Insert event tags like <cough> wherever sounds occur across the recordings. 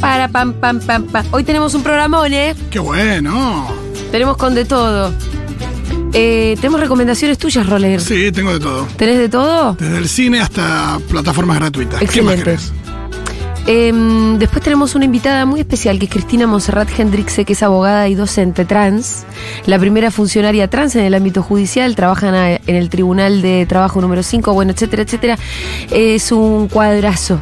para pam, pam, pam, pam. Hoy tenemos un programón, ¿eh? ¡Qué bueno! Tenemos con de todo. Eh, tenemos recomendaciones tuyas, Roller. Sí, tengo de todo. ¿Tenés de todo? Desde el cine hasta plataformas gratuitas. Excelente. ¿Qué más querés? Em, después tenemos una invitada muy especial que es Cristina Monserrat Hendrixe, que es abogada y docente trans, la primera funcionaria trans en el ámbito judicial, trabaja en a- en el Tribunal de Trabajo número 5, bueno, etcétera, etcétera. Es un cuadrazo.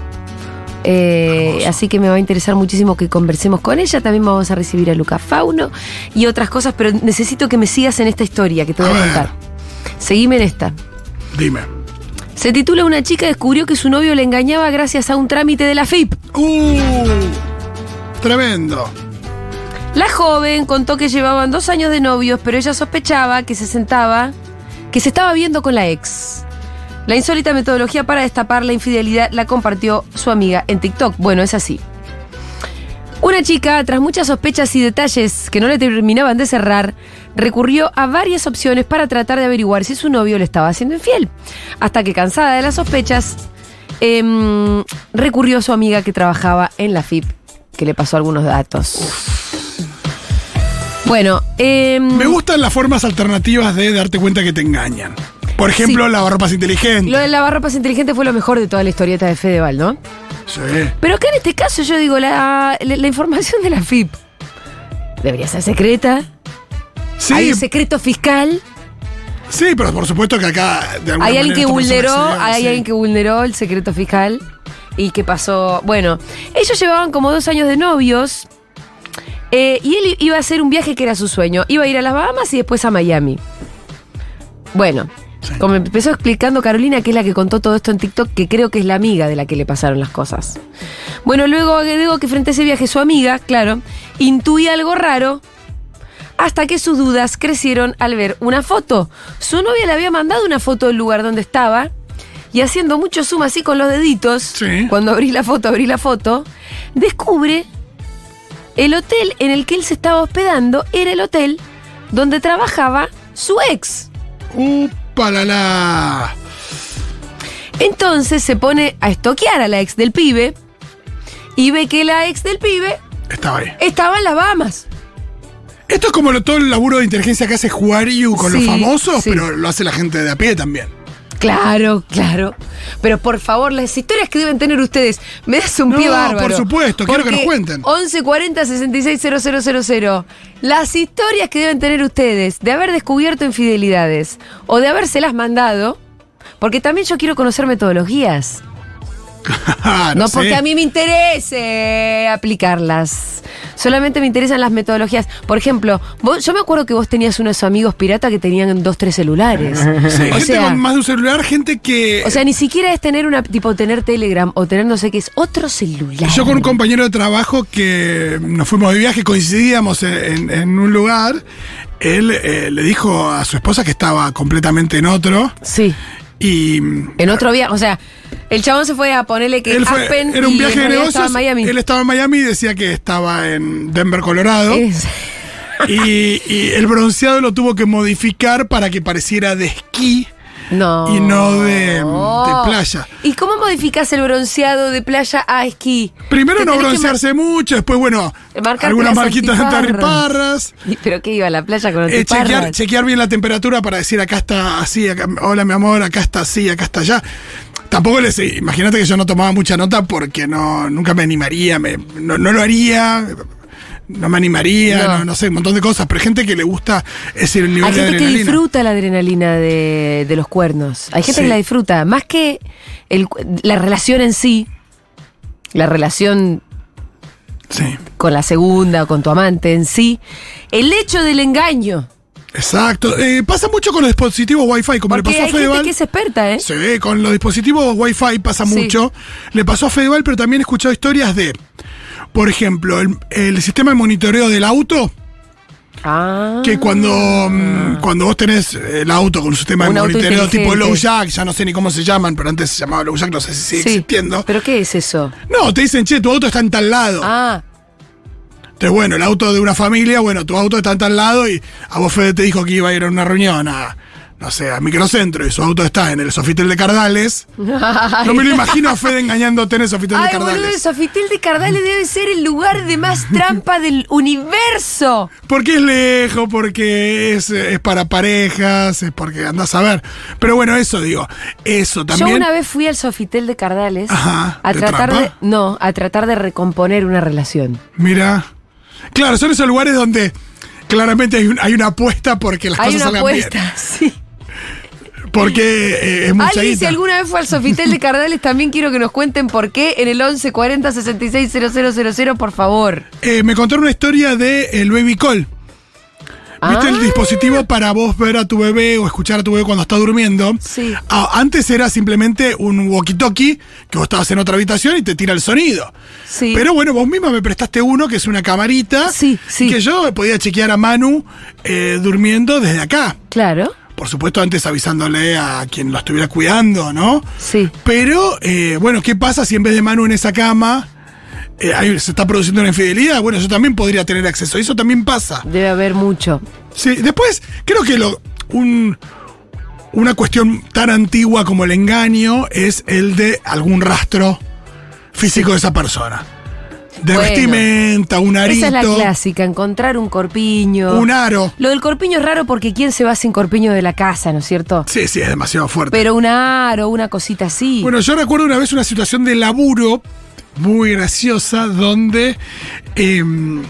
Eh, así que me va a interesar muchísimo que conversemos con ella. También vamos a recibir a Luca Fauno y otras cosas, pero necesito que me sigas en esta historia que te voy a, A ver. contar. Seguime en esta. Dime. Se titula Una chica descubrió que su novio le engañaba gracias a un trámite de la FIP. ¡Uh! Tremendo. La joven contó que llevaban dos años de novios, pero ella sospechaba que se sentaba, que se estaba viendo con la ex. La insólita metodología para destapar la infidelidad la compartió su amiga en TikTok. Bueno, es así. Una chica, tras muchas sospechas y detalles que no le terminaban de cerrar, recurrió a varias opciones para tratar de averiguar si su novio le estaba haciendo infiel. Hasta que, cansada de las sospechas, em, recurrió a su amiga que trabajaba en la FIP, que le pasó algunos datos. Bueno, em, Me gustan las formas alternativas de darte cuenta que te engañan. Por ejemplo, Sí. la ropa inteligente. lo de la barropas inteligente fue lo mejor de toda la historieta de Fedeval, ¿no? Sí. Pero acá en este caso yo digo, la, la- la información de la FIP debería ser secreta. Sí, Hay un secreto fiscal. sí, pero por supuesto que acá de alguna Hay alguien manera que esta persona vulneró, accedió, hay sí. alguien que vulneró el secreto fiscal y que pasó. Bueno, ellos llevaban como dos años de novios eh, y él iba a hacer un viaje que era su sueño. Iba a ir a las Bahamas y después a Miami. Bueno, Sí. como empezó explicando Carolina, que es la que contó todo esto en TikTok, que creo que es la amiga de la que le pasaron las cosas. Bueno, luego agregó que frente a ese viaje su amiga, claro, intuía algo raro hasta que sus dudas crecieron al ver una foto. Su novia le había mandado una foto del lugar donde estaba y haciendo mucho zoom así con los deditos, Sí. cuando abrí la foto, abrí la foto, descubre el hotel en el que él se estaba hospedando era el hotel donde trabajaba su ex. ¡Upa, la, la! Entonces se pone a estoquear a la ex del pibe y ve que la ex del pibe Estaba ahí. estaba en las Bahamas. Esto es como lo- todo el laburo de inteligencia que hace Juariu con los Sí, famosos, sí. pero lo hace la gente de a pie también. <laughs> Claro, claro. Pero por favor, las historias que deben tener ustedes, me das un No, pie bárbaro. por supuesto, quiero que nos cuenten. 1140-660000. Las historias que deben tener ustedes de haber descubierto infidelidades o de habérselas mandado, porque también yo quiero conocer metodologías. Ah, No sé. porque a mí me interese aplicarlas. Solamente me interesan las metodologías. Por ejemplo, vos- yo me acuerdo que vos tenías unos amigos pirata que tenían dos, tres celulares. <laughs> Sí, o, gente sea, con más de un celular, gente que. o sea, ni siquiera es tener una, tipo, tener Telegram o tener no sé qué es otro celular. Yo con un compañero de trabajo que nos fuimos de viaje, coincidíamos en, en- en un lugar. Él eh, le dijo a su esposa que estaba completamente en otro. Sí, Y mm, en otro viaje. O sea, el chabón se fue a ponerle que él fue. Aspen Era un y viaje en de realidad negocios. estaba en Miami. Él estaba en Miami y decía que estaba en Denver, Colorado. Es- Y, y el bronceado lo tuvo que modificar para que pareciera de esquí. no. Y no de- de playa. ¿Y cómo modificás el bronceado de playa a esquí? Primero Te no tenés que broncearse mucho, después, bueno, Marcarte algunas las marquitas de antiparras. antiparras. ¿Y <laughs> ¿Pero qué iba a la playa con Eh, chequear, antiparras? chequear bien la temperatura para decir acá está así, acá- hola mi amor, acá está así, acá está allá. Tampoco les. Imagínate que yo no tomaba mucha nota porque no, nunca me animaría, me- no, no lo haría, no me animaría, No. no. no sé, un montón de cosas. Pero hay gente que le gusta ese nivel Hay de gente que adrenalina. disfruta la adrenalina de, de los cuernos. Hay gente Sí. que la disfruta. Más que el cu- la relación en sí, la relación Sí, con la segunda o con tu amante en sí, el hecho del engaño. exacto. Eh, pasa mucho con los dispositivos Wi-Fi, como Porque le pasó hay a Fedeval. gente que es experta, ¿eh? Se ve, con los dispositivos Wi-Fi pasa Sí. mucho. Le pasó a Fedeval, pero también he escuchado historias de, por ejemplo, el, el sistema de monitoreo del auto, Ah. que cuando, mm, cuando vos tenés el auto con un sistema Un de auto monitoreo tipo inteligente. Low Jack, ya no sé ni cómo se llaman, pero antes se llamaba Low Jack, no sé si sigue Sí. existiendo. ¿Pero qué es eso? No, te dicen, che, tu auto está en tal lado. Ah, Entonces, bueno, el auto de una familia, bueno, tu auto está en tal lado y a vos Fede te dijo que iba a ir a una reunión a, no sé, a microcentro y su auto está en el Sofitel de Cardales, <laughs> no me lo imagino a Fede engañándote en el Sofitel de Ay, boludo, el Cardales. Sofitel de Cardales debe ser el lugar de más trampa del universo. Porque es lejos, porque es, es para parejas, es porque andás a ver. Pero bueno, eso digo, eso también. Yo una vez fui al Sofitel de Cardales Ajá, a ¿de tratar de trampa? no, a tratar de recomponer una relación. Mira. Claro, son esos lugares donde claramente hay, un- hay una apuesta porque las Hay cosas una salgan apuesta, <laughs> bien. sí. Porque eh, es mucha Alguien si guita. alguna vez fue al Sofitel de Cardales también quiero que nos cuenten por qué en el 11 40 66 000, por favor. Eh, me contaron una historia de el baby call. ¿Viste el Ah. dispositivo para vos ver a tu bebé o escuchar a tu bebé cuando está durmiendo? Sí. Ah, antes era simplemente un walkie-talkie que vos estabas en otra habitación y te tira el sonido. Sí. Pero bueno, vos misma me prestaste uno que es una camarita Sí, sí. que yo podía chequear a Manu eh, durmiendo desde acá. Claro. Por supuesto, antes avisándole a quien lo estuviera cuidando, ¿no? Sí. Pero, eh, bueno, ¿qué pasa si en vez de Manu en esa cama eh, ahí se está produciendo una infidelidad? Bueno, yo también podría tener acceso. Eso también pasa. Debe haber mucho. Sí, después, creo que lo, un- una cuestión tan antigua como el engaño es el de algún rastro físico de esa persona. De Bueno. vestimenta, un arito, Esa es la clásica, encontrar un corpiño. un aro. Lo del corpiño es raro porque quién se va sin corpiño de la casa, ¿no es cierto? Sí, sí, es demasiado fuerte. Pero un aro, una cosita así. Bueno, yo recuerdo una vez una situación de laburo muy graciosa donde em,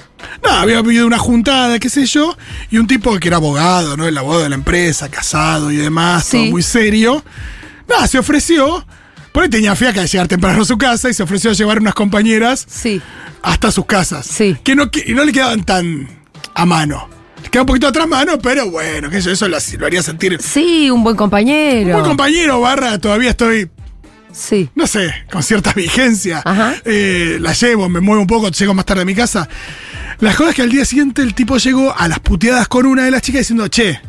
nada, había habido una juntada, qué sé yo, y un tipo que era abogado, ¿no? El abogado de la empresa, casado y demás, Sí. todo muy serio. Nada, se ofreció. Por ahí tenía fiaca de llegar temprano a su casa y se ofreció a llevar unas compañeras Sí. hasta sus casas. Sí. Que no, que- y no le quedaban tan a mano. Le quedaba un poquito atrás mano, pero bueno, que eso, eso lo, hacía- lo haría sentir. Sí, un buen compañero. Buen compañero, barra, todavía estoy Sí. no sé, con cierta <laughs> vigencia. Ajá. Eh, la llevo, me muevo un poco, llego más tarde a mi casa. La joda es que al día siguiente el tipo llegó a las puteadas con una de las chicas diciendo, che.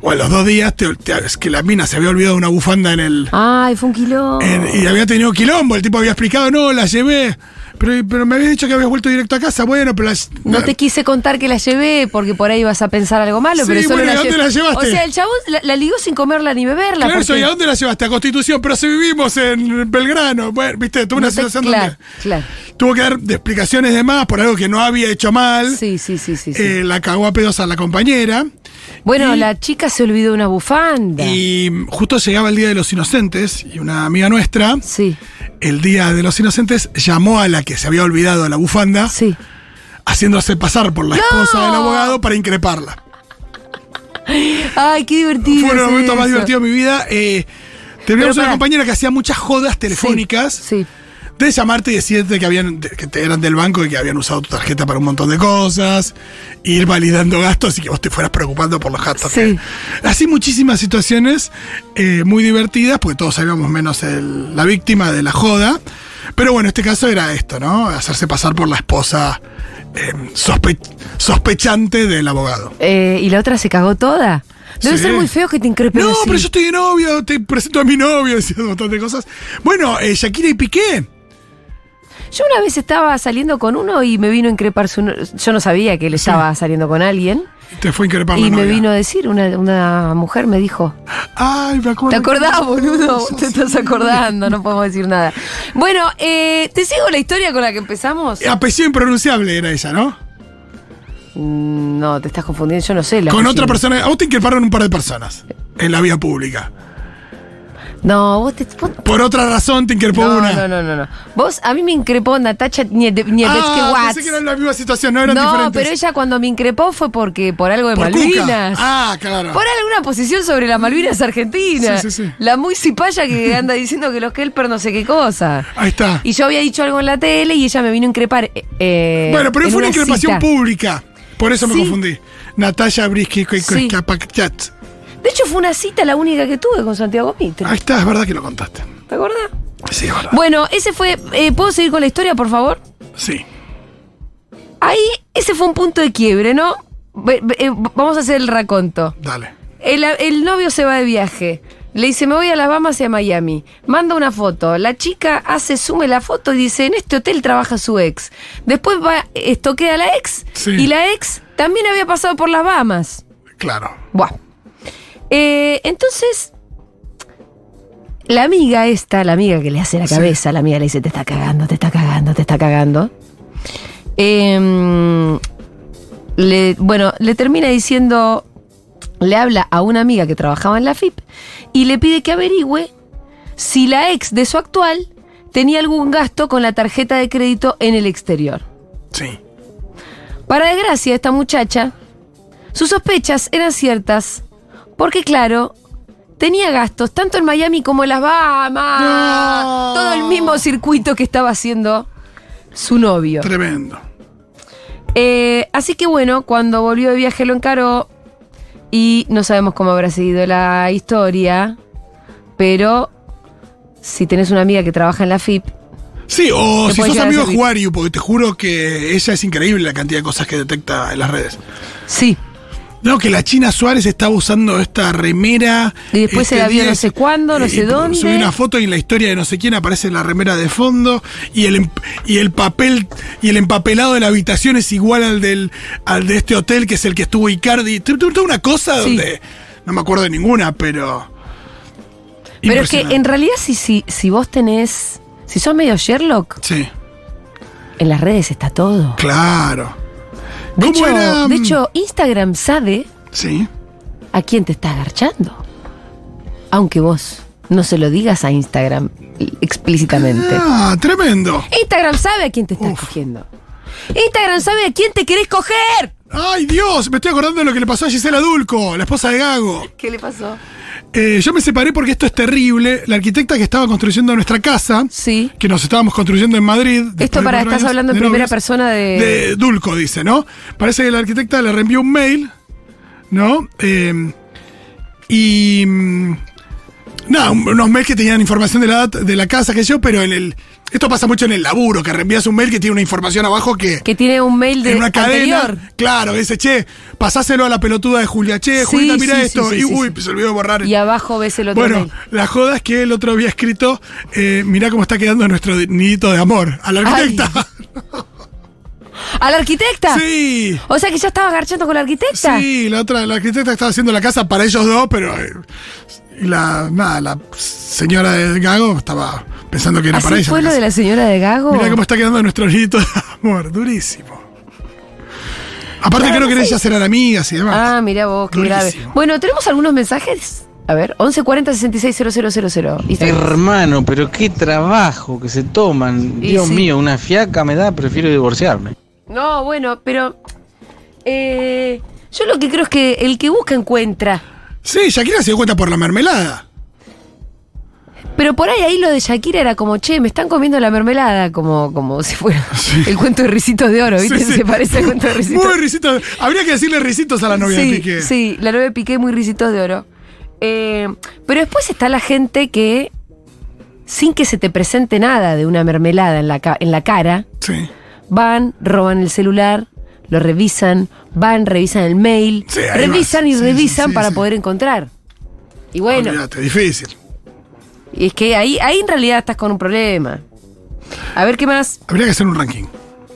O a los dos días te- te- es que la mina se había olvidado una bufanda en el. Ay, fue un kilo. en- y había tenido quilombo. El tipo había explicado, no, la llevé. Pero, pero me habías dicho que habías vuelto directo a casa. Bueno, pero las- No te quise contar que la llevé porque por ahí ibas a pensar algo malo, Sí, pero solo bueno, la ¿y a dónde llevé. la llevaste? O sea, el chabón la, la ligó sin comerla ni beberla. Claro, eso, porque- ¿y a dónde la llevaste? A Constitución, pero si vivimos en Belgrano. Bueno, viste, tuve no una te- situación Claro, donde. claro. Tuvo que dar de explicaciones de más por algo que no había hecho mal. Sí, sí, sí, sí. sí. Eh, la cagó a pedos a la compañera. bueno, y- la chica se olvidó una bufanda. Y mm, justo llegaba el Día de los Inocentes y una amiga nuestra, Sí, el Día de los Inocentes, llamó a la que se había olvidado la bufanda, sí. haciéndose pasar por la esposa del abogado para increparla. Ay, qué divertido. Fue uno de los es momentos más eso. divertidos de mi vida. Eh, teníamos Pero una pará. compañera que hacía muchas jodas Sí, telefónicas Sí. de llamarte y decirte que, habían, que te eran del banco y que habían usado tu tarjeta para un montón de cosas, ir validando gastos y que vos te fueras preocupando por los gastos. Sí. que- Así muchísimas situaciones eh, muy divertidas, porque todos sabíamos menos el- la víctima de la joda. Pero bueno, este caso era esto, ¿no? Hacerse pasar por la esposa eh, sospe- sospechante del abogado. Eh, y la otra se cagó toda. Debe Sí. ser muy feo que te increpen No, así. pero yo estoy de novio, te presento a mi novio, <laughs> decía un montón de cosas. Bueno, eh, Shakira y Piqué. Yo una vez estaba saliendo con uno y me vino a increpar su... no- Yo no sabía que él estaba saliendo con alguien. Te fue a increpar la Y me novia. vino a decir, una, una mujer me dijo, Ay, me acuerdo. ¿te acordás, boludo? Sos Te estás así. acordando, no podemos decir nada. Bueno, eh, ¿te sigo la historia con la que empezamos? Eh, Apellido impronunciable era ella, ¿no? Mm, No, te estás confundiendo, yo no sé. la Con apellido. otra persona. A vos te increparon un par de personas en la vía pública. No, vos te... vos- Por otra razón te increpó No, una. no, no, no, no. Vos, a mí me increpó Natacha Nieves ah, pensé que eran la misma situación, no eran No, diferentes. pero ella cuando me increpó fue porque por algo de Por Cuca. Malvinas. Ah, claro. Por alguna posición sobre las Malvinas Argentinas. Sí, sí, sí. La muy cipaya que anda diciendo que los Kelper no sé qué cosa. Ahí está. Y yo había dicho algo en la tele y ella me vino a increpar. eh, eh, bueno, pero en fue una increpación cita. pública. Por eso me Sí. confundí. Natalia Brisky, que- que- Sí. que- que- chat. De hecho, fue una cita la única que tuve con Santiago Mitre. Ahí está, es verdad que lo contaste. ¿Te acordás? Sí, es verdad. Bueno, ese fue. eh, ¿Puedo seguir con la historia, por favor? Sí. Ahí, ese fue un punto de quiebre, ¿no? Ve- ve- eh, Vamos a hacer el raconto. Dale. El, el novio se va de viaje. Le dice, me voy a las Bahamas y a Miami. Manda una foto. La chica hace, sume la foto y dice, en este hotel trabaja su ex. Después va, estoquea a la ex. Sí. Y la ex también había pasado por las Bahamas. Claro. Buah. Eh, entonces, la amiga esta, la amiga que le hace la Sí. cabeza, la amiga le dice, te está cagando, te está cagando, te está cagando. Em, le- bueno, le termina diciendo, le habla a una amiga que trabajaba en la FIP y le pide que averigüe si la ex de su actual tenía algún gasto con la tarjeta de crédito en el exterior. Sí. Para desgracia de esta muchacha, sus sospechas eran ciertas, porque claro, tenía gastos tanto en Miami como en las Bahamas. No. Todo el mismo circuito que estaba haciendo su novio. Tremendo. Eh, así que bueno, cuando volvió de viaje lo encaró y no sabemos cómo habrá seguido la historia, pero si tenés una amiga que trabaja en la FIP, Sí, o Te si puede sos llegar a amigo de servir. Juario, porque te juro que ella es increíble la cantidad de cosas que detecta en las redes. sí. No, que la China Suárez estaba usando esta remera. este Y eh, después se la vio no sé cuándo, no sé dónde. Subí una foto y en la historia de no sé quién aparece la remera de fondo y el, em- y el papel y el empapelado de la habitación es igual al del al de este hotel que es el que estuvo Icardi. Tu- tu- tu- una cosa Sí. donde no me acuerdo de ninguna, pero Pero es que Impresionante. en realidad si, si, si vos tenés, si sos medio Sherlock, Sí, En las redes está todo. claro. De, hecho, ¿Cómo era? de hecho, Instagram sabe Sí. a quién te está agarchando. Aunque vos no se lo digas a Instagram <gasps> explícitamente. Ah, tremendo. Instagram sabe a quién te estás Uf. cogiendo. Instagram sabe a quién te querés coger. Ay, Dios, me estoy acordando de lo que le pasó a Gisela Dulco, la esposa de Gago. ¿Qué le pasó? Eh, yo me separé porque esto es terrible. La arquitecta que estaba construyendo nuestra casa, Sí. que nos estábamos construyendo en Madrid. después Esto de para, cuatro estás años hablando en de primera novios, persona de... De Dulco, dice, ¿no? Parece que la arquitecta le reenvió un mail, ¿no? Eh, y. mm, Nada, un- unos mails que tenían información de la, de la casa, que yo, pero en el. Esto pasa mucho en el laburo, que reenvías un mail que tiene una información abajo que Que tiene un mail de en una cadena. anterior. Claro, que dice, che, pasáselo a la pelotuda de Julia. Che, Sí, Julita, mira sí, esto. sí, sí, y sí, uy, sí. se olvidó de borrar. Y abajo ves el otro bueno, mail. la joda es que el otro había escrito, eh, mirá cómo está quedando nuestro nidito de amor. A la Ay. arquitecta. ¿A la arquitecta? <laughs> sí. O sea que ya estaba agarchando con la arquitecta. Sí, la otra, la arquitecta estaba haciendo la casa para ellos dos, pero eh, y la, nada, la señora de Gago estaba pensando que era para Así ella. fue la lo de casa. la señora de Gago. Mirá cómo está quedando nuestro nidito de amor, durísimo. Aparte creo que ellas eran amigas y demás. <laughs> Ah, mira vos, qué grave. Durísimo. Bueno, tenemos algunos mensajes. A ver, 1140 000 Instagram. Hermano, pero qué trabajo que se toman. Y Dios sí. mío, una fiaca me da, prefiero divorciarme. No, bueno, pero. eh, yo lo que creo es que el que busca encuentra. Sí, Shakira se dio cuenta por la mermelada. Pero por ahí ahí lo de Shakira era como, che, me están comiendo la mermelada, como, como si <laughs> fuera el cuento de risitos de oro, ¿viste? Sí, sí. Se parece al cuento <laughs> de risitos. Muy risitos. Habría que decirle risitos a la novia sí, de Piqué. Sí, la novia de Piqué muy risitos de oro. Eh, pero después está la gente que, sin que se te presente nada de una mermelada en la, ca- en la cara, Sí. van, roban el celular, lo revisan, van, revisan el mail, Sí, ahí revisan vas. y Sí, revisan sí, sí, para sí. poder encontrar. Y bueno, Olvídate, difícil. y es que ahí, ahí en realidad estás con un problema. A ver qué más. Habría que hacer un ranking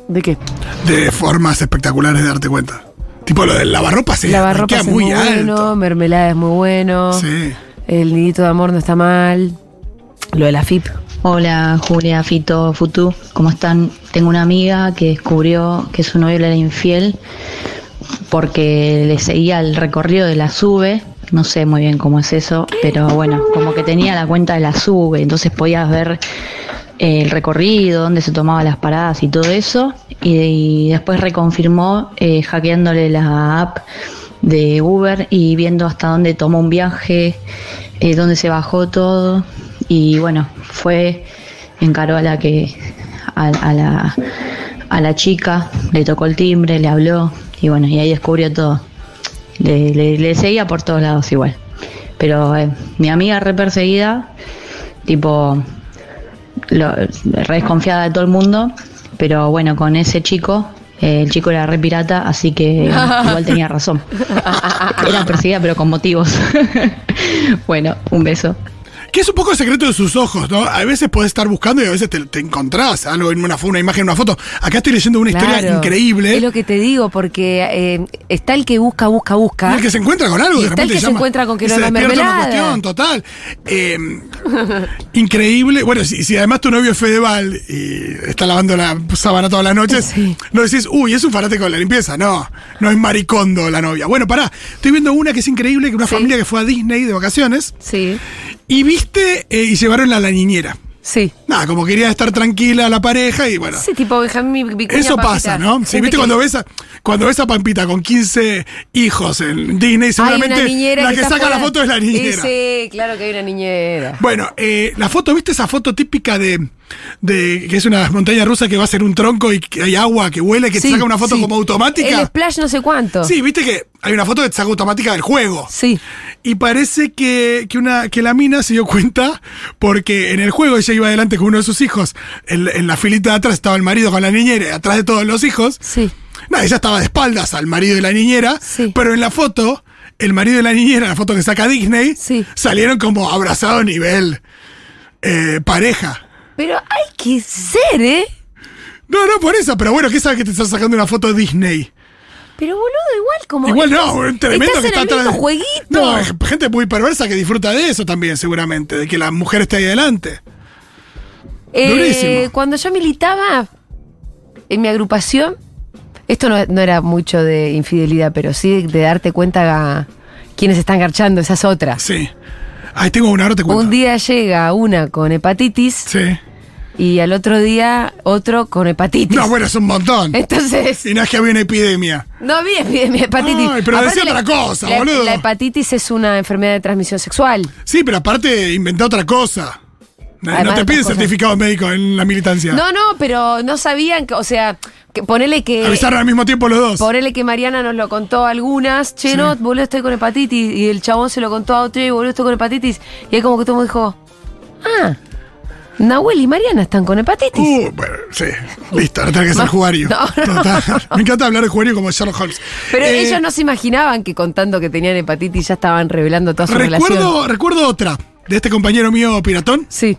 ¿De qué? de formas espectaculares de darte cuenta. Tipo lo del lavarropa se Lavarropa rankea es muy, muy bueno, alto. mermelada es muy bueno. Sí. El nidito de amor no está mal. Lo de la FIP. Hola Julia, Fito, Futu, ¿cómo están? Tengo una amiga que descubrió que su novio le era infiel porque le seguía el recorrido de la sube. No sé muy bien cómo es eso, pero bueno, como que tenía la cuenta de la sube, entonces podías ver eh, el recorrido, dónde se tomaban las paradas y todo eso. Y, y después reconfirmó eh, hackeándole la app de Uber y viendo hasta dónde tomó un viaje, eh, dónde se bajó todo. Y bueno, fue, encaró a la que, a, a la, a la chica, le tocó el timbre, le habló y bueno, y ahí descubrió todo. Le, le- le seguía por todos lados igual. Pero eh, mi amiga re perseguida, tipo, lo- re desconfiada de todo el mundo, pero bueno, con ese chico, eh, el chico era re pirata, así que igual tenía <laughs> razón. Era perseguida, pero con motivos. bueno, un beso. Que es un poco el secreto de sus ojos, ¿no? A veces podés estar buscando y a veces te, te encontrás algo en una, fo- una imagen, en una foto. Acá estoy leyendo una historia Claro. increíble. Es lo que te digo, porque eh, está el que busca, busca, Y busca. el que se encuentra con algo, ¿Ah? Y de está el repente que se llama. encuentra con que Y no se era despierta una mermelada. cuestión, total. Eh, increíble. Bueno, si, si además tu novio es Fedeval y está lavando la sábana todas las noches, Sí. no decís, uy, es un fanático de la limpieza. No, no es maricondo la novia. Bueno, pará, estoy viendo una que es increíble, que una Sí. familia que fue a Disney de vacaciones Sí, y viste eh, y llevaron a la niñera. sí. Nada, como quería estar tranquila la pareja y bueno. Ese tipo Benjamín Vicuña Eso Pampita. pasa, ¿no? Sí, Gente viste que- cuando ves, a, cuando ves a Pampita con 15 hijos en Disney, Hay seguramente una niñera la que, está saca la fuera- foto es la niñera. Sí, sí, claro que hay una niñera. Bueno, eh, la foto, ¿viste esa foto típica de, de que es una montaña rusa que va a ser un tronco y que hay agua que huele, que te Sí, saca una foto sí. como El automática? splash no sé cuánto. Sí, viste que hay una foto que te saca automática del juego. Sí. Y parece que, que una, que la mina se dio cuenta porque en el juego ella iba adelante con uno de sus hijos. En, en la filita de atrás estaba el marido con la niñera, atrás de todos los hijos. Sí. No, ella estaba de espaldas al marido de la niñera, Sí. pero en la foto, el marido de la niñera, la foto que saca Disney, Sí. salieron como abrazados nivel eh, pareja. Pero hay que ser, ¿eh? No, no por eso, pero bueno, ¿qué sabes que te estás sacando una foto Disney? Pero boludo, igual como. Igual no, es tremendo estás que en está el atrás mismo de- jueguito. No, hay gente muy perversa que disfruta de eso también, seguramente, de que la mujer esté ahí adelante. Eh, Durísimo. cuando yo militaba en mi agrupación, esto no, no era mucho de infidelidad, pero sí de darte cuenta a quienes están garchando, esas otras. Sí. Ahí tengo una, ahora te cuento. Un día llega una con hepatitis Sí. y al otro día otro con hepatitis. No, bueno, es un montón. Entonces, Y no es que había una epidemia. no había epidemia de hepatitis. Ay, pero decía la- otra cosa, la- boludo. La hepatitis es una enfermedad de transmisión sexual. Sí, pero aparte inventó otra cosa. No- Además, no te piden otras cosas. certificado médico en la militancia. No, eh, no, pero no sabían, que, o sea, que ponele que... Avisaron al mismo tiempo los dos. Ponele que Mariana nos lo contó a algunas. Che, no, boludo, estoy con hepatitis. Y el chabón se lo contó a otro y boludo, estoy con hepatitis. Y ahí como que todo el mundo dijo, ah, Nahuel y Mariana están con hepatitis. Uh, bueno, sí. Listo, ahora tenés que ser jugario. <laughs> no, no. Total. Me encanta hablar de jugario como Sherlock Holmes. Pero Eh, ellos no se imaginaban que contando que tenían hepatitis ya estaban revelando toda su relación. Recuerdo, recuerdo otra de este compañero mío piratón Sí,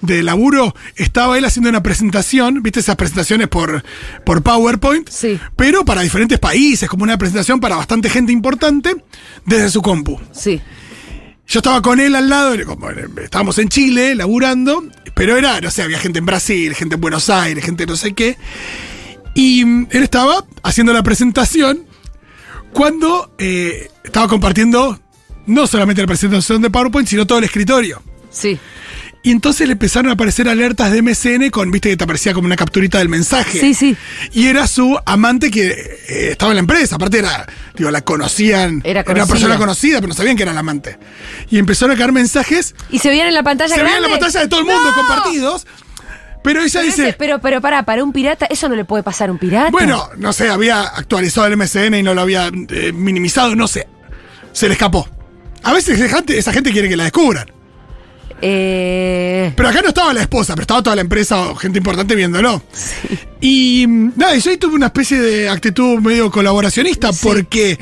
de laburo. Estaba él haciendo una presentación, viste esas presentaciones por, por PowerPoint, Sí. pero para diferentes países, como una presentación para bastante gente importante desde su compu. sí. Yo estaba con él al lado, como, eh, estábamos en Chile laburando, pero era, no sé, había gente en Brasil, gente en Buenos Aires, gente no sé qué. Y mm, él estaba haciendo la presentación cuando eh, estaba compartiendo no solamente la presentación de PowerPoint, sino todo el escritorio. Sí, Y entonces le empezaron a aparecer alertas de MSN con, viste, que te aparecía como una capturita del mensaje. sí, sí. Y era su amante que eh, estaba en la empresa. Aparte era, digo, la conocían. Era una conocida. persona conocida, pero no sabían que era el amante. Y empezaron a caer mensajes. ¿Y se veían en la pantalla Se veía en la grande? pantalla de todo el mundo ¡No! compartidos. Pero ella Pero, dice, ese- pero, pero para, para un pirata, eso no le puede pasar a un pirata. bueno, no sé, había actualizado el MSN y no lo había eh, minimizado, no sé. Se le escapó. A veces esa gente- esa gente quiere que la descubran. Eh, Pero acá no estaba la esposa, pero estaba toda la empresa o gente importante viéndolo. Y mm, nada, y yo ahí tuve una especie de actitud medio colaboracionista <laughs> porque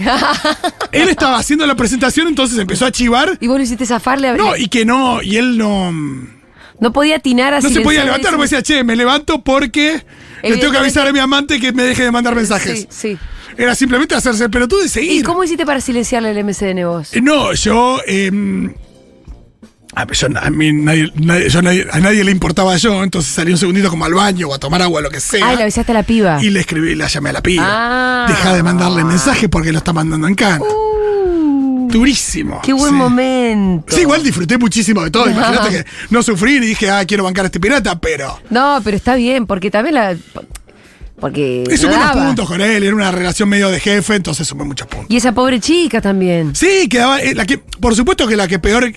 él estaba haciendo la presentación, entonces empezó a chivar. y vos lo hiciste zafarle. No, y que no, y él no, no no podía atinar así. se podía levantar, porque decía, che, me levanto porque le tengo que avisar a mi amante que me deje de mandar mensajes. Sí, sí. Era simplemente hacerse el pelotudo y seguir. ¿Y cómo hiciste para silenciarle el MCN vos? Eh, No, yo. em, a, ver, yo- a mí nadie, nadie- yo nadie- a nadie le importaba yo, entonces salí un segundito como al baño o a tomar agua, lo que sea. Ay, le avisaste a la piba. y le escribí, la llamé a la piba. Ah. Deja de mandarle mensaje porque lo está mandando en cana. Durísimo. Uh. Qué buen Sí. momento. Sí, igual disfruté muchísimo de todo. Imagínate que no sufrí ni dije, ah, quiero bancar a este pirata, pero. No, pero está bien, porque también la. Porque. Eso no buenos daba. puntos con él, era una relación medio de jefe, entonces sumé muchos puntos. Y esa pobre chica también. Sí, quedaba. eh, la que, por supuesto que la que peor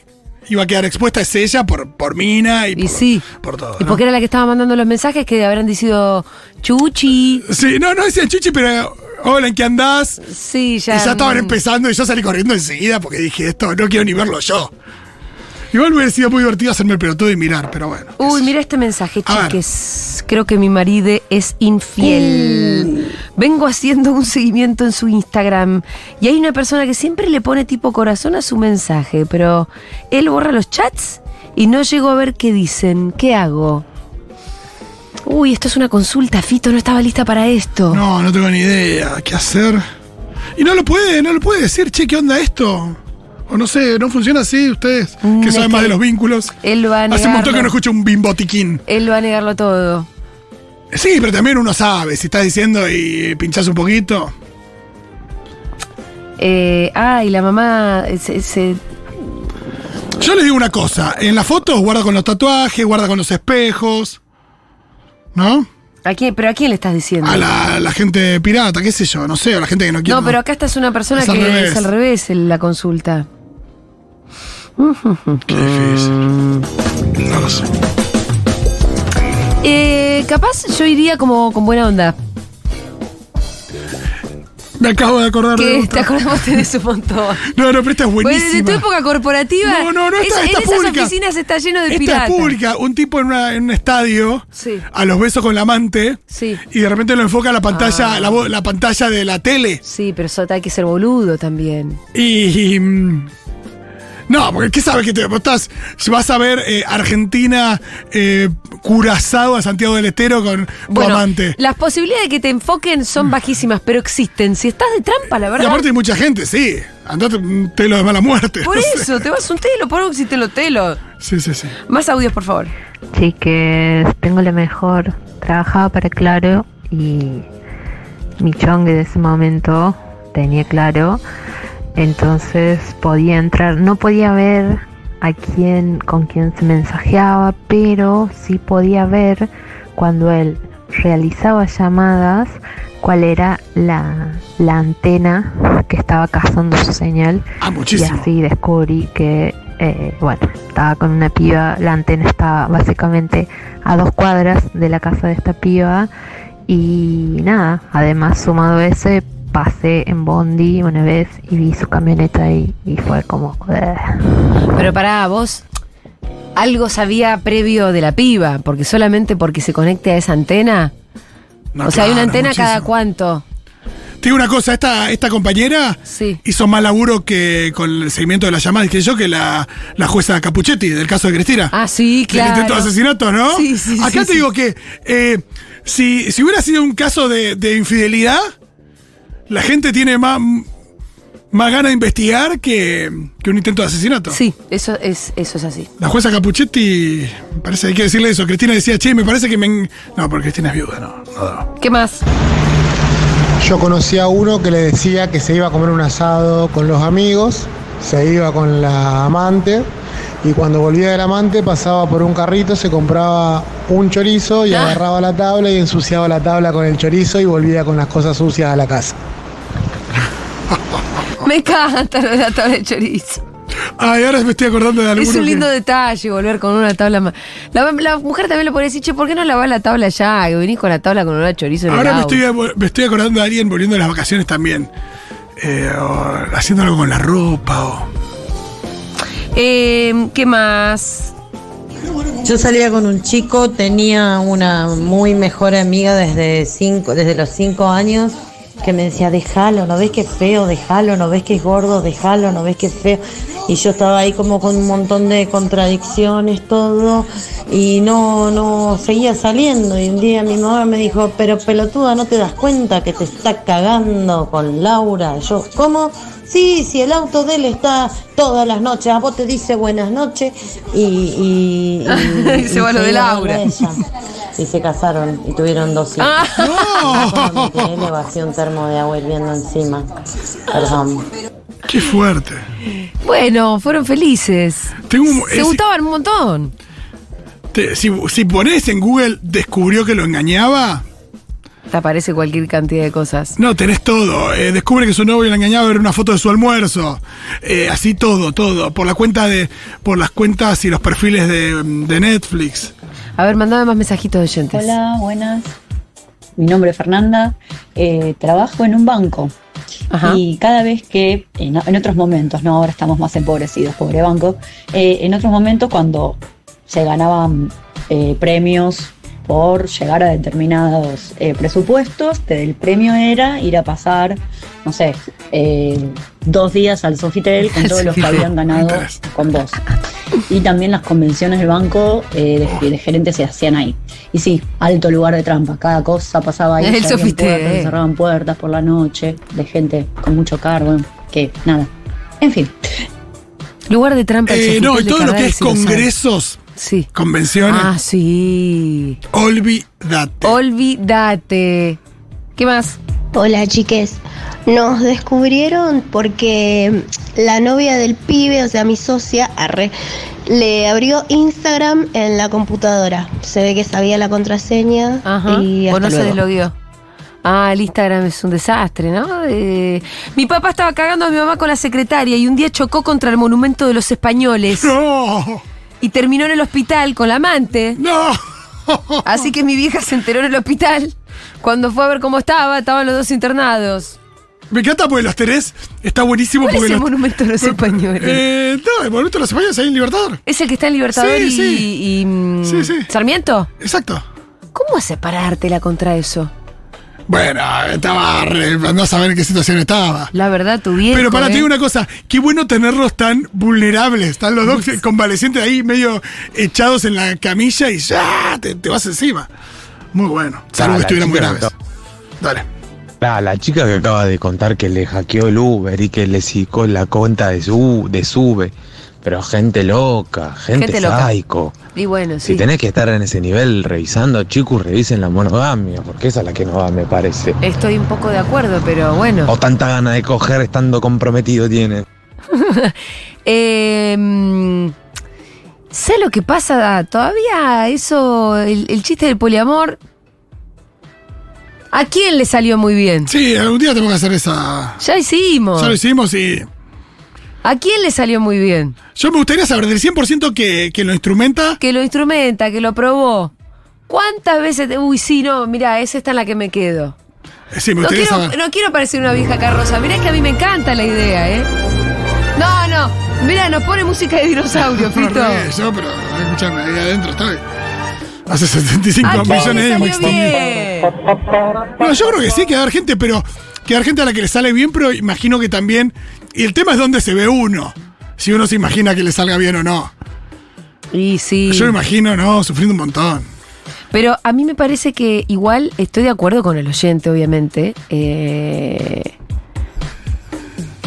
iba a quedar expuesta es ella por, por Mina y, Y por, sí. por todo. Y ¿no? porque era la que estaba mandando los mensajes que habrán dicho Chuchi. Sí, no, no decía Chuchi, pero hola, ¿en qué andás? Sí, Y ya. ya estaban mm, empezando y yo salí corriendo enseguida porque dije esto, no quiero ni verlo yo. Igual hubiera sido muy divertido hacerme el pelotudo y mirar, pero bueno. qué Uy, sé mira este mensaje, A ver. chiques. Creo que mi marido es infiel. Uh. Vengo haciendo un seguimiento en su Instagram y hay una persona que siempre le pone tipo corazón a su mensaje, pero él borra los chats y no llego a ver qué dicen. ¿Qué hago? Uy, esto es una consulta, Fito, no estaba lista para esto. No, no tengo ni idea qué hacer. Y no lo puede, no lo puede decir, che, ¿qué onda esto? O no sé, no funciona así ustedes, Mm, que es saben más que de los vínculos. Él va a negarlo. Hace un montón que no escucho un bimbotiquín. Él va a negarlo todo. Sí, pero también uno sabe, si estás diciendo y pinchás un poquito. Eh, ah, y la mamá eh, se- se Yo les digo una cosa, en las fotos guarda con los tatuajes, guarda con los espejos, ¿no? ¿A quién, ¿Pero a quién le estás diciendo? A la, a la gente pirata, qué sé yo, no sé, a la gente que no quiere. no, pero acá estás una persona Es que al revés. es al revés en la consulta. Qué difícil. No lo sé. Eh, capaz yo iría como con buena onda. Me acabo de acordar de Que te otra. acordamos de su montón. No, no, pero esta es Bueno, desde tu buenísima. época corporativa. No, no, no, esta- es- esta en esas pública. oficinas está lleno de Esta piratas. es pública, un tipo en, una- en un estadio, Sí. a los besos con la amante, Sí. y de repente lo enfoca a la pantalla, Ah. la, vo- la pantalla de la tele. Sí, pero eso hay que ser boludo también. Y. y, mm, no, porque ¿qué sabes que te vos estás? Vas a ver eh, Argentina eh, curazado a Santiago del Estero con tu Bueno, amante. las posibilidades de que te enfoquen son bajísimas, pero existen. Si estás de trampa, la Y verdad. aparte hay mucha gente, sí. Andate un telo de mala muerte. <laughs> por no sé. eso, te vas a un telo, por un si te lo telo. Sí, sí, sí. Más audios, por favor. Chiques, tengo lo mejor. Trabajaba para Claro y mi chongue de ese momento tenía Claro. Entonces podía entrar, no podía ver a quién, con quién se mensajeaba, pero sí podía ver cuando él realizaba llamadas cuál era la, la antena que estaba cazando su señal Ah, y muchísimo. así descubrí que, eh, bueno, estaba con una piba, la antena estaba básicamente a dos cuadras de la casa de esta piba. Y nada, además sumado a ese, pasé en Bondi una vez y vi su camioneta y, y fue como... "Ugh". Pero pará, vos algo sabía previo de la piba, porque solamente porque se conecte a esa antena. No, o sea, hay una claro, antena cada muchísimo. cuánto. Te digo una cosa, esta, esta compañera Sí. hizo más laburo que con el seguimiento de las llamadas que yo, que la, la jueza Capuchetti, del caso de Cristina. Ah, sí, El claro. intento de asesinato, ¿no? Sí, sí, Acá sí, te sí. digo que eh, si, si hubiera sido un caso de, de infidelidad, la gente tiene más, más ganas de investigar que, que un intento de asesinato. Sí, eso es, eso es así. La jueza Capuchetti, me parece, hay que decirle eso. Cristina decía, che, me parece que me... en-". No, porque Cristina es viuda, no. no, no. ¿Qué más? Yo conocí a uno que le decía que se iba a comer un asado con los amigos, se iba con la amante y cuando volvía del amante pasaba por un carrito, se compraba un chorizo y Ah. agarraba la tabla y ensuciaba la tabla con el chorizo y volvía con las cosas sucias a la casa. Me encanta lo de la tabla de chorizo. Ay, ahora me estoy acordando de alguno Es un que- lindo detalle volver con una tabla más. La, la mujer también le puede decir, che, ¿por qué no lavás la tabla ya? Que venís con la tabla con una chorizo en el Ahora me auto". estoy, me estoy acordando de alguien volviendo de las vacaciones también. Eh, o haciendo algo con la ropa <laughs> o... Eh, ¿Qué más? Yo salía con un chico, tenía una muy mejor amiga desde, cinco, desde los cinco años que me decía, déjalo, no ves que es feo, déjalo, no ves que es gordo, déjalo, no ves que es feo. Y yo estaba ahí como con un montón de contradicciones, todo, y no, no, seguía saliendo. Y un día mi mamá me dijo, pero pelotuda, ¿no te das cuenta que te está cagando con Laura? Yo, ¿cómo? Sí, sí, el auto de él está todas las noches, a vos te dice buenas noches y... y, <laughs> Y se va lo de iba a Laura. ver a ella. Y se casaron y tuvieron dos hijos. Ah. Cuando me enteré, le vacié un termo de agua hirviendo encima. Perdón. ¡Qué fuerte! Bueno, fueron felices. Tengo un- Se es- gustaban un montón. Te- si, si pones en Google descubrió que lo engañaba, Te aparece cualquier cantidad de cosas. no, tenés todo. Eh, descubre que su novio la engañaba, era una foto de su almuerzo. Eh, así todo, todo. Por la cuenta de. Por las cuentas y los perfiles de, de Netflix. A ver, mandame más mensajitos de oyentes. Hola, buenas. Mi nombre es Fernanda. Eh, trabajo en un banco Ajá. y cada vez que, en, en otros momentos, no ahora estamos más empobrecidos, pobre banco, eh, en otros momentos cuando se ganaban eh, premios por llegar a determinados eh, presupuestos, te- el premio era ir a pasar, no sé, eh, dos días al Sofitel con todos los que habían ganado con vos. Y también las convenciones del banco eh, de, de gerentes se hacían ahí. Y sí, alto lugar de trampa, cada cosa pasaba ahí. El se abrían Sofitel. puertas, se cerraban puertas por la noche, de gente con mucho cargo, que nada. En fin. Lugar de trampa. el Eh, Sofitel no, y de todo lo que Cardales, es si lo saben. congresos, Sí. convenciones, Ah, sí. olvídate. Olvídate. ¿Qué más? Hola chiques, nos descubrieron porque la novia del pibe, o sea mi socia, arre, le abrió Instagram en la computadora. Se ve que sabía la contraseña Ajá. y o hasta no se luego. deslogueó. Ah, el Instagram es un desastre, ¿no? Eh, mi papá estaba cagando a mi mamá con la secretaria y un día chocó contra el monumento de los españoles No, y terminó en el hospital con la amante. no. <laughs> Así que mi vieja se enteró en el hospital. Cuando fue a ver cómo estaba, estaban los dos internados. Me encanta porque los tenés. Está buenísimo ¿Cuál porque es el los- monumento de los españoles? Eh, no, el monumento de los españoles ahí en Libertador. Es el que está en Libertador Sí, y, sí. y, mm, Sí, sí. Sarmiento. Exacto. ¿Cómo hace parártela contra eso? Bueno, estaba re- andá a saber en qué situación estaba. La verdad, tu viejo. Pero para ¿eh? ti una cosa, qué bueno tenerlos tan vulnerables, están los dos convalecientes ahí medio echados en la camilla y ya te, te vas encima. Muy bueno, salvo Ah, que la estuvieran muy chica graves. Dale. La, la chica que acaba de contar que le hackeó el Uber y que le sicó la cuenta de su de sube. Pero gente loca, gente, Gente loca. psycho. Y bueno, sí. Si tenés que estar en ese nivel revisando, chicos, revisen la monogamia, porque esa es la que no va, me parece. Estoy un poco de acuerdo, pero bueno. O tanta gana de coger estando comprometido tiene. Eh, mm, sé lo que pasa, todavía eso, el, el chiste del poliamor. ¿A quién le salió muy bien? Sí, algún día tenemos que hacer esa. Ya hicimos. Ya lo hicimos y. ¿A quién le salió muy bien? Yo me gustaría saber del 100% que, que lo instrumenta. Que lo instrumenta, que lo probó. ¿Cuántas veces? te- Uy, sí, no, mira, esa está en la que me quedo. Sí, me No gustaría quiero, saber. no quiero parecer una vieja carroza. Mirá que a mí me encanta la idea, ¿eh? No, no. Mira, nos pone música de <laughs> dinosaurio, Fito. re, yo, pero escuchame, ahí adentro estoy. Hace 75 ¿A quién millones de le inbox salió también. bien? No, yo creo que sí, que va a haber gente, pero que va a haber gente a la que le sale bien, pero imagino que también. Y el tema es dónde se ve uno. Si uno se imagina que le salga bien o no. Y sí. Yo me imagino, no, sufriendo un montón. Pero a mí me parece que igual estoy de acuerdo con el oyente, obviamente. eh,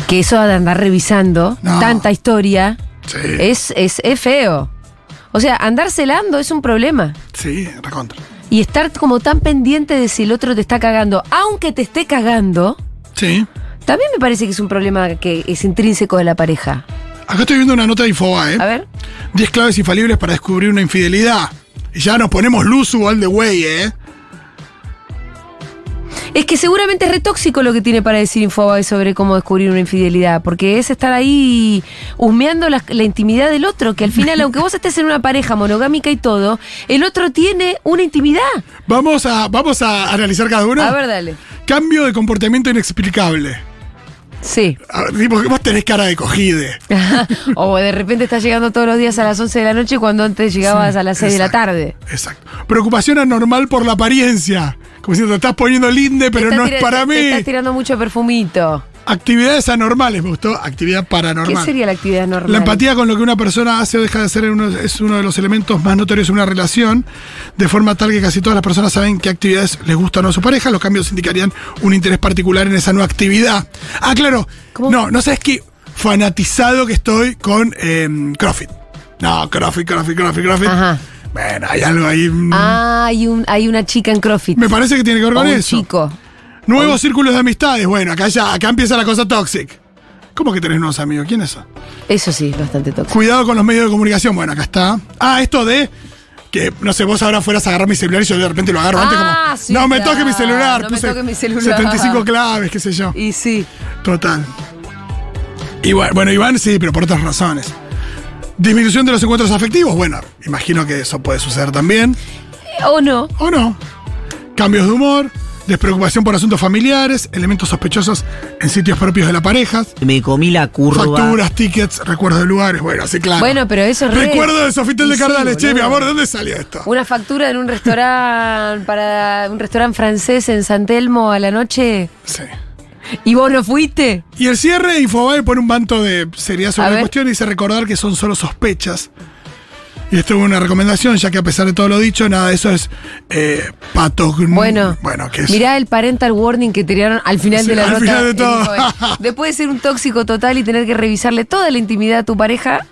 que eso de andar revisando No. tanta historia Sí. es, es, es feo. O sea, andar celando es un problema. Sí, recontra. Y estar como tan pendiente de si el otro te está cagando, aunque te esté cagando, Sí. también me parece que es un problema que es intrínseco de la pareja. Acá estoy viendo una nota de Infobae. A ver. 10 claves infalibles para descubrir una infidelidad. Y ya nos ponemos luz all the way, ¿eh? Es que seguramente es retóxico lo que tiene para decir Infobae sobre cómo descubrir una infidelidad, porque es estar ahí husmeando la, la intimidad del otro, que al final, aunque vos estés en una pareja monogámica y todo, el otro tiene una intimidad. Vamos a, vamos a analizar cada uno. A ver, dale. Cambio de comportamiento inexplicable. Sí. A ver, tipo, vos tenés cara de cogide. <laughs> o de repente estás llegando todos los días a las 11 de la noche cuando antes llegabas a las 6 de la Exacto, tarde. Exacto. Preocupación anormal por la apariencia. Como si te estás poniendo linde, pero Estás no es tira- para te- mí. te estás tirando mucho perfumito. Actividades anormales, me gustó. Actividad paranormal. ¿Qué sería la actividad normal? La empatía con lo que una persona hace o deja de hacer en uno- es uno de los elementos más notorios en una relación, de forma tal que casi todas las personas saben qué actividades les gustan a su pareja. Los cambios indicarían un interés particular en esa nueva actividad. Ah, claro. ¿Cómo? No, no sabes qué fanatizado que estoy con eh, CrossFit. No, CrossFit, CrossFit, CrossFit, CrossFit. Ajá. Bueno, hay algo ahí. mm, Ah, hay, un, hay una chica en CrossFit. Me parece que tiene que ver O con un eso. chico. Nuevos círculos de amistades. Bueno, acá ya, acá empieza la cosa tóxica. ¿Cómo que tenés nuevos amigos? ¿Quiénes son? Eso sí, es bastante tóxico. Cuidado con los medios de comunicación. Bueno, acá está. Ah, esto de que, no sé, vos ahora fueras a agarrar mi celular y yo de repente lo agarro antes Ah, como. sí, no me claro, toques mi celular. no me toques mi celular. 75 claves, qué sé yo. Y sí. Total. Y bueno, bueno, Iván sí, pero por otras razones. Disminución de los encuentros afectivos. Bueno, imagino que eso puede suceder también. O no. ¿O no? Cambios de humor. despreocupación por asuntos familiares, elementos sospechosos en sitios propios de la pareja, Me comí la curva. facturas, tickets, recuerdos de lugares, bueno, así claro. Bueno, pero eso es re- Ah. Recuerdo de Sofitel Y de sí, Cardales, che, mi boludo. amor, ¿de dónde salió esto? Una factura en un restaurante para un restaurante francés en San Telmo a la noche Sí. y vos no fuiste. Y el cierre, Infobae pone un manto de seriedad A sobre la ver. cuestión y dice recordar que son solo sospechas. Y esto es una recomendación, ya que a pesar de todo lo dicho, nada de eso es eh, pato. Bueno, bueno que es, mirá el parental warning que tiraron al final Sí, de la al nota. final de en todo. <laughs> Infobae. Después de ser un tóxico total y tener que revisarle toda la intimidad a tu pareja,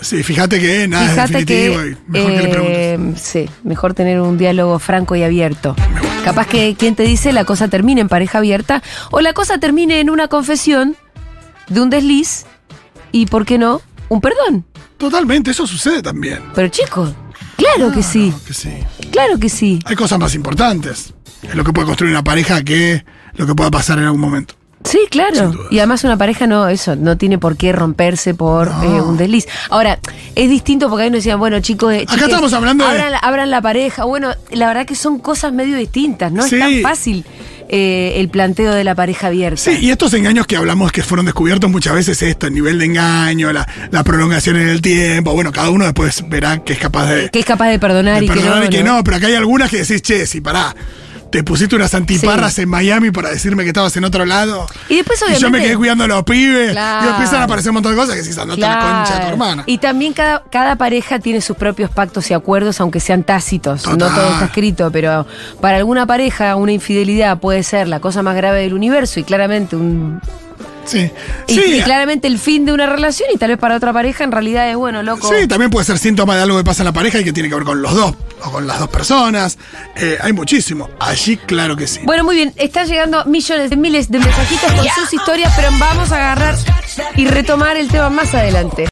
Sí, fíjate que nada es fíjate que, definitivo y mejor que le preguntes. eh, sí, mejor tener un diálogo franco y abierto. Capaz que quien te dice la cosa termine en pareja abierta o la cosa termine en una confesión de un desliz y, ¿por qué no? Un perdón. Totalmente, eso sucede también. Pero chicos, claro Ah. que sí, Que sí. claro que sí. Hay cosas más importantes. Es lo que puede construir una pareja que lo que pueda pasar en algún momento. Sí, claro. Y además una pareja no, eso, no tiene por qué romperse por eh, un desliz. Ahora, es distinto porque ahí nos decían, bueno, chicos, eh, Acá chiques, estamos hablando de- abran, la- abran la pareja. Bueno, la verdad que son cosas medio distintas, no Sí. es tan fácil eh, el planteo de la pareja abierta. Sí, y estos engaños que hablamos que fueron descubiertos muchas veces, esto, el nivel de engaño, la, la prolongación en el tiempo, bueno, cada uno después verá que es capaz de, Que es capaz de perdonar de y perdonar que no. y que ¿no? no, pero acá hay algunas que decís, che, si pará, te pusiste unas antiparras Sí. en Miami para decirme que estabas en otro lado. Y después, Y yo me obviamente- quedé cuidando a los pibes. Claro. Y empiezan a aparecer un montón de cosas que decís, andate a la concha de tu Claro. hermana. Y también cada, cada pareja tiene sus propios pactos y acuerdos, aunque sean tácitos. Total. No todo está escrito, pero para alguna pareja una infidelidad puede ser la cosa más grave del universo y claramente un sí. y- sí. y, claramente el fin de una relación y tal vez para otra pareja en realidad es bueno, loco. Sí, también puede ser síntoma de algo que pasa en la pareja y que tiene que ver con los dos o con las dos personas. Eh, hay muchísimo. Allí, claro que sí. Bueno, muy bien, están llegando millones de miles de mensajitos con sus historias, pero vamos a agarrar y retomar el tema más adelante.